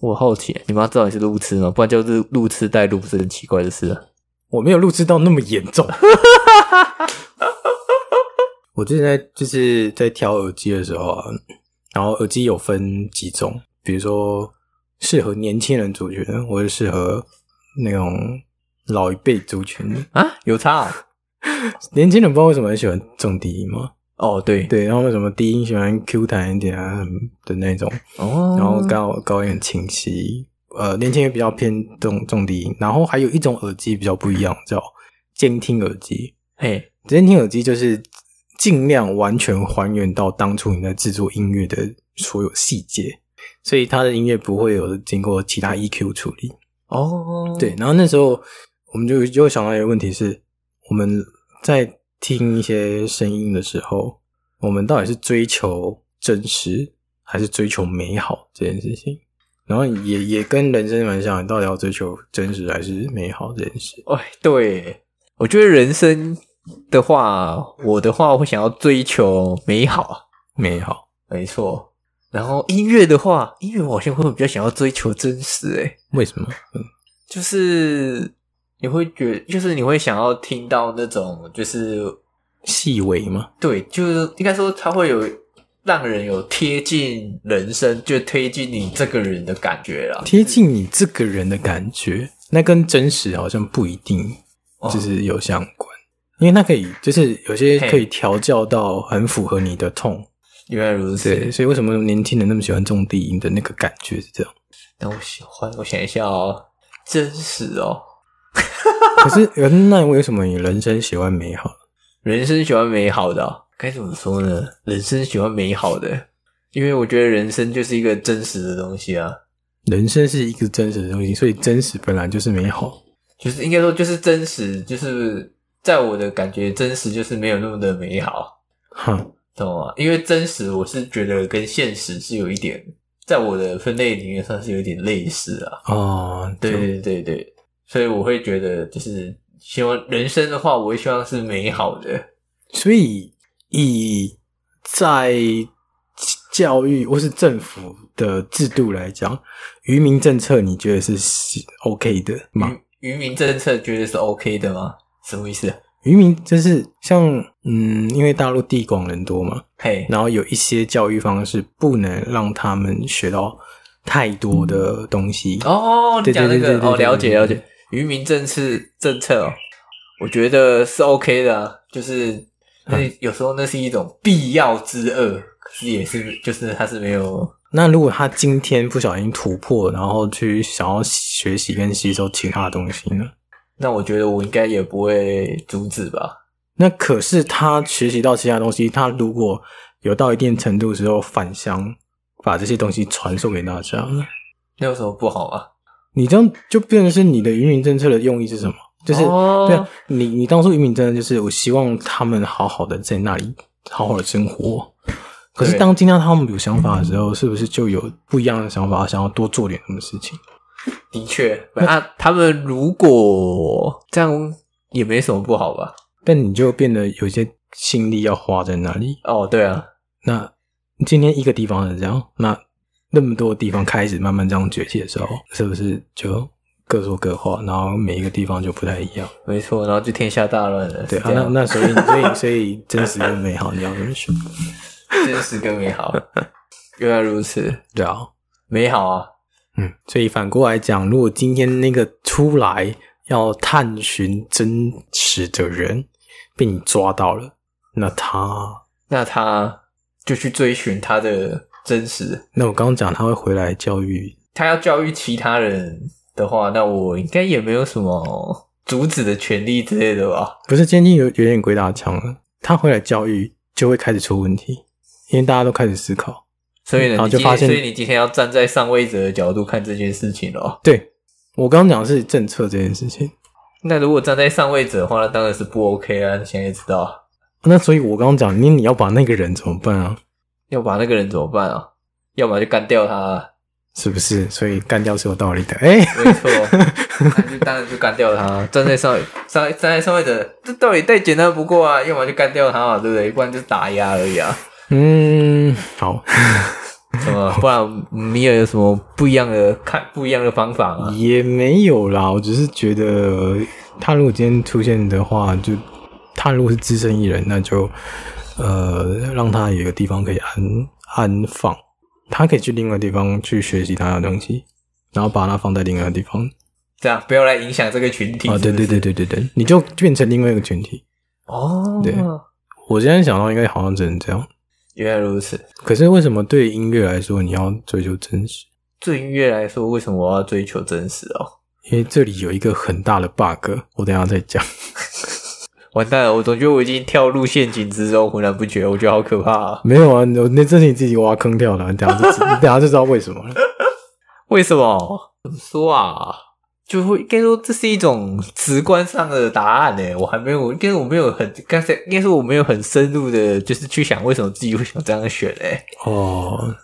我好奇，你妈知道你是路痴吗？不然就是路痴带路，不是很奇怪的事啊。我没有路痴到那么严重。 我之前在就是在挑耳机的时候啊，然后耳机有分几种，比如说适合年轻人族群，或者适合那种老一辈族群。啊，有差哦。年轻人不知道为什么很喜欢重低音吗？哦，对，对，然后为什么低音喜欢 Q 弹一点啊的那种，哦，然后高高音很清晰。呃，年轻人比较偏重重低音，然后还有一种耳机比较不一样，叫监听耳机。嘿，监听耳机就是尽量完全还原到当初你在制作音乐的所有细节，所以它的音乐不会有经过其他 EQ 处理。哦，对，，然后那时候我们就就会想到一个问题是，我们在听一些声音的时候，我们到底是追求真实，还是追求美好这件事情？然后也也跟人生蛮像，你到底要追求真实还是美好这件事？哎，对，我觉得人生的话，我的话会想要追求美好，啊美好，没错。然后音乐的话，音乐我好像会比较想要追求真实，诶，为什么？就是你会觉就是你会想要听到那种，就是细微吗？对，就是应该说它会有让人有贴近人生，就贴近你这个人的感觉啦。贴近你这个人的感觉，那跟真实好像不一定哦就是有相关，因为它可以就是有些嘿可以调教到很符合你的痛。原来如此，对，所以为什么年轻人那么喜欢重低音的那个感觉是这样？那我喜欢，我想一下哦，真实哦，可是呃那为什么你人生喜欢美好？人生喜欢美好的哦、该怎么说呢？人生喜欢美好的，因为我觉得人生就是一个真实的东西啊，人生是一个真实的东西，所以真实本来就是美好。就是应该说就是真实，就是在我的感觉，真实就是没有那么的美好，哈，懂吗？因为真实我是觉得跟现实是有一点，在我的分类里面算是有一点类似啊。哦，对就，对对对，所以我会觉得就是希望人生的话，我会希望是美好的。所以以在教育或是政府的制度来讲，渔民政策你觉得是是 OK 的吗？渔民政策觉得是 OK 的吗？什么意思？渔民就是像嗯，因为大陆地广人多嘛，嘿，然后有一些教育方式不能让他们学到太多的东西。哦，你对对讲那对个对对哦，对了解对了解。渔民政策政策哦，我觉得是 OK 的、啊，就是嗯那有时候那是一种必要之恶，可是也是就是它是没有那如果他今天不小心突破，然后去想要学习跟吸收其他的东西呢？那我觉得我应该也不会阻止吧。那可是他学习到其他东西，他如果有到一定程度之后返乡，把这些东西传授给大家，那有什么不好啊？你这样就变成是你的移民政策的用意是什么？就是、哦对啊，你你当初移民政策就是我希望他们好好的在那里好好的生活。可是对当今天他们有想法的时候，是不是就有不一样的想法，想要多做点什么事情？的确，啊，他们如果这样也没什么不好吧？但你就变得有一些心力要花在那里。哦，对啊，那今天一个地方是这样，那那么多地方开始慢慢这样崛起的时候，是不是就各说各话，然后每一个地方就不太一样？没错，然后就天下大乱了。对是啊，这那样那所以所以所以真实跟美好，你要怎么选？真实更美好，原来如此，对啊，美好啊！嗯，所以反过来讲，如果今天那个出来要探寻真实的人被你抓到了，那他，那他就去追寻他的真实。那我刚刚讲他会回来教育他要教育其他人的话，那我应该也没有什么阻止的权利之类的吧？不是监禁有有点鬼打墙了，他回来教育就会开始出问题，因为大家都开始思考。所以然呢，后你就今发天，现所以你今天要站在上位者的角度看这件事情咯。对我刚刚讲的是政策这件事情，那如果站在上位者的话，那当然是不 OK 啊！你想也知道，那所以我刚刚讲，你你要把那个人怎么办啊？要把那个人怎么办啊？要么就干掉他啊，是不是？所以干掉是有道理的。哎、没错，那就当然就干掉他，啊站在上上站在上位者，这道理再简单不过啊，要么就干掉他嘛，对不对？不然就是打压而已啊。嗯，好，什么，不然米尔有什么不一样的看不一样的方法吗？也没有啦，我只是觉得他如果今天出现的话，就他如果是资深艺人，那就呃让他有一个地方可以安安放，他可以去另外地方去学习他的东西，然后把它放在另外的地方这样不要来影响这个群体啊，对对对对，对对对，你就变成另外一个群体。哦，对我现在想到应该好像只能这样，原来如此。可是为什么对音乐来说你要追求真实？对音乐来说，为什么我要追求真实哦？因为这里有一个很大的 bug，我等一下再讲。完蛋了，我总觉得我已经跳入陷阱之中，浑然不觉，我觉得好可怕、啊。没有啊，你那这是你自己挖坑跳 的啊，你等一下就知你等一下就知道为什么了。为什么？怎么说啊？就会应该说这是一种直观上的答案呢。我还没有，应该我没有很刚才应该说我没有很深入的，就是去想为什么自己会想这样选诶，哦，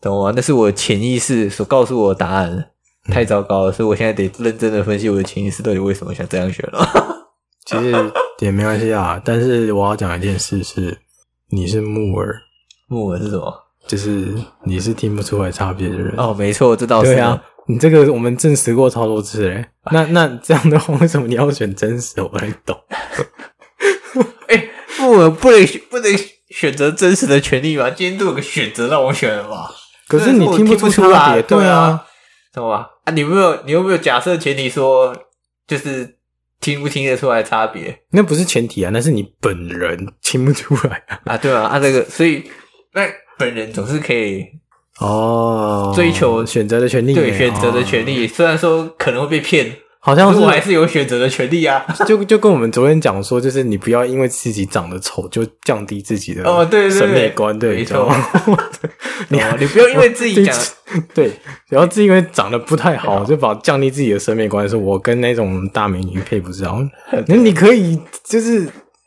懂吗？那是我潜意识所告诉我的答案，嗯太糟糕了，所以我现在得认真的分析我的潜意识到底为什么想这样选了。 其实也没关系啊，但是我要讲一件事是，你是木耳，木耳是什么？就是你是听不出来差别的人。哦，没错，这倒是对啊，你这个我们证实过超多 次嘞。那那这样的话，为什么你要选真实？我不太 懂。哎，木耳不能不能选择真实的权利吗？今天都有个选择让我选了吧？可是你我听听出出差别，对对啊，，懂吧？啊，你有没有你有没有假设前提说就是听不听得出来差别那不是前提啊，那是你本人听不出来啊。啊？对啊，啊这个，所以那本人总是可以哦，追求选择的权利耶，对选择的权利，利，虽然说可能会被骗，好像但啊哦是是我还是有选择的权利 啊。就就跟我们昨天讲说，就是你不要因为自己长得丑就降低自己的哦对对对审美观，对，没你知道吗你啊你不要因为自 己讲，啊对，然后自己因为长得不太好，就把降低自己的审美观，说我跟那种大美女配 不上，那你可以就是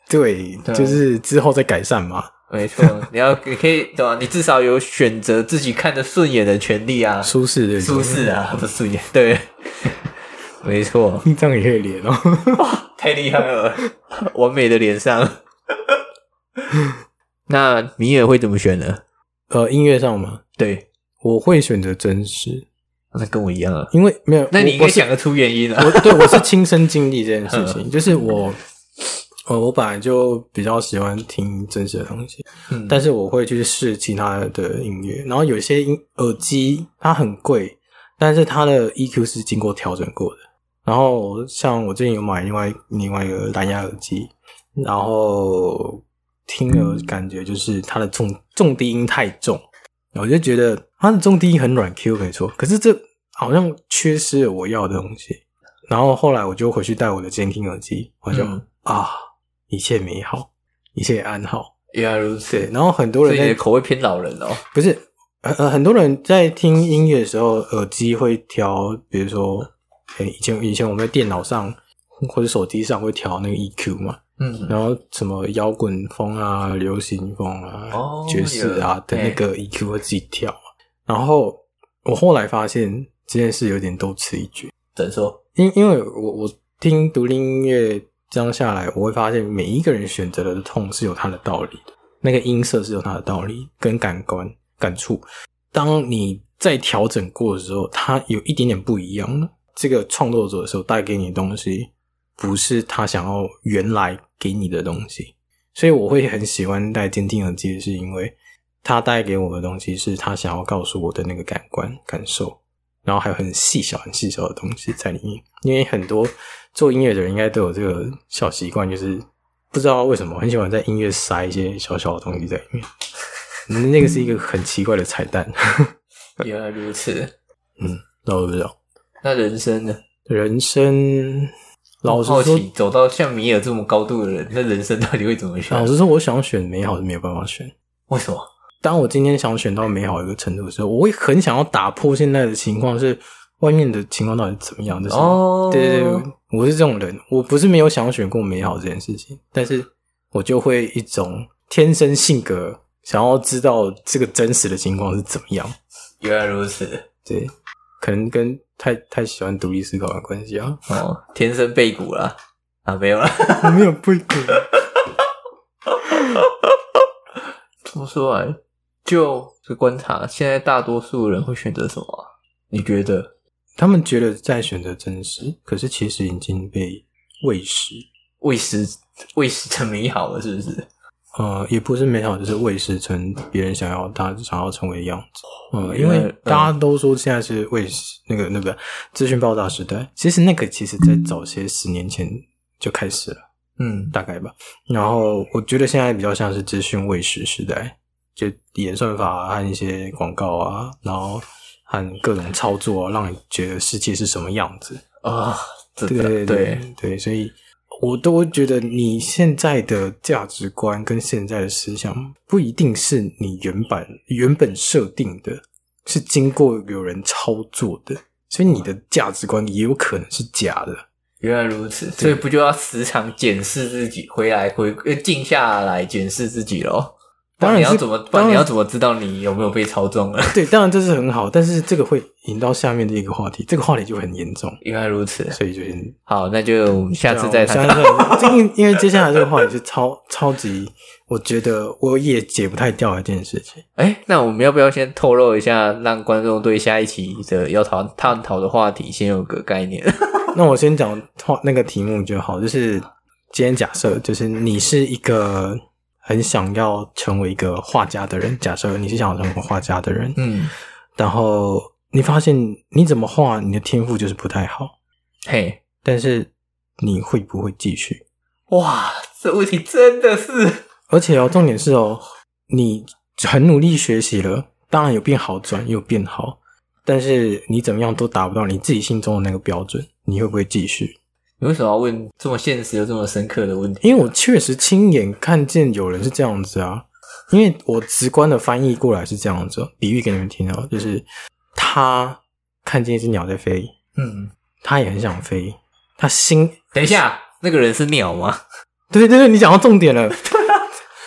对，对啊就是之后再改善嘛。没错，你要你可以懂吧？你至少有选择自己看得顺眼的权利啊，舒适的舒，适啊，不是顺眼，对，没错， 这样也可以连哦。太厉害了， 完美的连上。 那米尔会怎么选呢？呃，音乐上嘛，对，我会选择真实，那跟我一样啊。因为没有，那你我应该我是想得出原因啊。我对我是亲身经历这件事情，就是我，呃，我本来就比较喜欢听真实的东西，嗯但是我会去试其他的音乐，然后有些音耳机它很贵，但是它的 EQ 是经过调整过的。然后像我最近有买另外另外一个蓝牙耳机，然后听了感觉就是它的重重低音太重，我就觉得它的重低音很软 Q 没错，可是这好像缺失了我要的东西。然后后来我就回去戴我的监听耳机，我就、嗯啊，一切美好，一切安好。原来如此对，，然后很多所人以你的在口味偏老人哦。不是呃呃，很多人在听音乐的时候，耳机会调，比如说，诶以前以前我们在电脑上或者手机上会调那个 EQ 嘛，嗯，然后什么摇滚风啊、流行风啊、哦爵士啊有的那个 EQ 会自己调嘛。然后我后来发现这件事有点多此一举，怎说？因因为我我听独立音乐这样下来，我会发现每一个人选择的痛是有它的道理的，那个音色是有它的道理跟感官感触。当你在调整过的时候，它有一点点不一样了。这个创作者的时候带给你的东西，不是他想要原来给你的东西。所以我会很喜欢戴监听耳机，是因为它带给我的东西是他想要告诉我的那个感官感受。然后还有很细小、很细小的东西在里面。因为很多做音乐的人应该都有这个小习惯，就是不知道为什么很喜欢在音乐塞一些小小的东西在里面。嗯那个是一个很奇怪的彩蛋，嗯原来如此。那我不知道。那人生呢？人生，老好实说，奇，走到像米尔这么高度的人，那人生到底会怎么选老？实说，我想选美好是没有办法选。为什么？当我今天想选到美好一个程度的时候，我会很想要打破现在的情况，是外面的情况到底怎么样？就是哦，对对对，我是这种人，我不是没有想要选过美好这件事情，但是我就会一种天生性格，想要知道这个真实的情况是怎么样。原来如此。对，可能跟太太喜欢独立思考有关系啊。哦，天生背骨啦。啊，没有啦。我没有不过，怎么说来？就是观察现在大多数人会选择什么啊、你觉得 他们觉得在选择真实，可是其实已经被喂食，喂食喂食成美好了，是不是？呃，也不是美好，就是喂食成别人想要他想要成为的样子。嗯、因原来为大家都说现在是喂食那个那个资讯爆炸时代，其实那个其实在早些十年前就开始了，嗯，大概吧。然后我觉得现在比较像是资讯喂食时代，就演算法啊和一些广告啊，然后和各种操作、啊，让你觉得世界是什么样子。啊，真对的对对对，所以我都会觉得你现在的价值观跟现在的思想不一定是你原本原本设定的，是经过有人操作的，所以你的价值观也有可能是假的。原来如此，所以不就要时常检视自己，回来回呃静下来检视自己咯。当然不你要是怎么，不当然然你要怎么知道你有没有被操纵了？对，当然这是很好，但是这个会引到下面的一个话题，这个话题就很严重，原来如此，所以就先好，那就我们下次再想谈。想，这因因为接下来这个话题是超超级，我觉得我也解不太掉的一件事情。哎，那我们要不要先透露一下，让观众对下一期的要讨探讨的话题先有个概念？ 那我先讲话那个题目就好，就是今天假设就是你是一个很想要成为一个画家的人，假设你是想要成为一个画家的人，嗯，然后你发现你怎么画，你的天赋就是不太好，嘿，但是你会不会继续？哇，这问题真的是而且哦，重点是哦，你很努力学习了，当然有变好转，也有变好，但是你怎么样都达不到你自己心中的那个标准，你会不会继续？你为什么要问这么现实又这么深刻的问题？因为我确实亲眼看见有人是这样子啊，因为我直观的翻译过来是这样子哦，比喻给你们听哦，就是他看见一只鸟在飞，嗯，他也很想飞，他心，等一下，那个人是鸟吗？对对对，你讲到重 点了，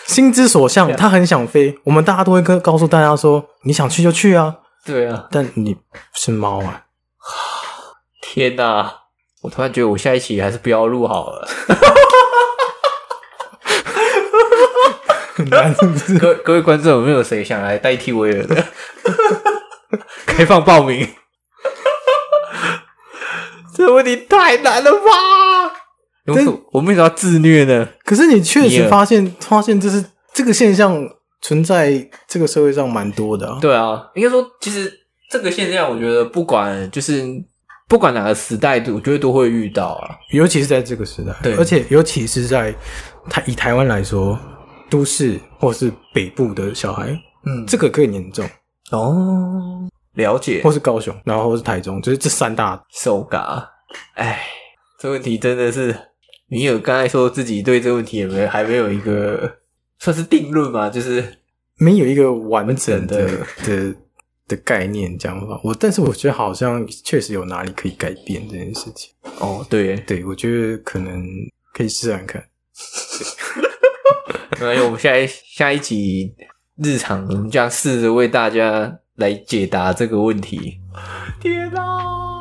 心之所啊向，他很想飞，我们大家都会跟告诉大家说，你想去就去啊，对啊，但你是猫啊，天哪！我突然觉得我下一期还是不要录好了。 很难是不是？各各位观众，有没有谁想来代替威尔 的？开放报名。 这个问题太难了吧？我但们我们为什么要自虐呢？可是你确你实也发现，发现这是这个现象存在这个社会上蛮多的啊。对啊，应该说，其实这个现象，我觉得不管就是不管哪个时代，我觉得都会遇到啊。尤其是在这个时代，对而且尤其是在台以台湾来说，都市或是北部的小孩，嗯，这个更严重，哦，了解或，是高雄，然后或是台中，就是这三大。手嘎，哎，这问题真的是，你有刚才说自己对这问题也没还没有一个算是定论嘛？就是没有一个完整的完 的的概念讲法，我但是我觉得好像确实有哪里可以改变这件事情。哦，对，对，我觉得可能可以试看看。那我们下一下一集日常，我们将试着为大家来解答这个问题。天哪、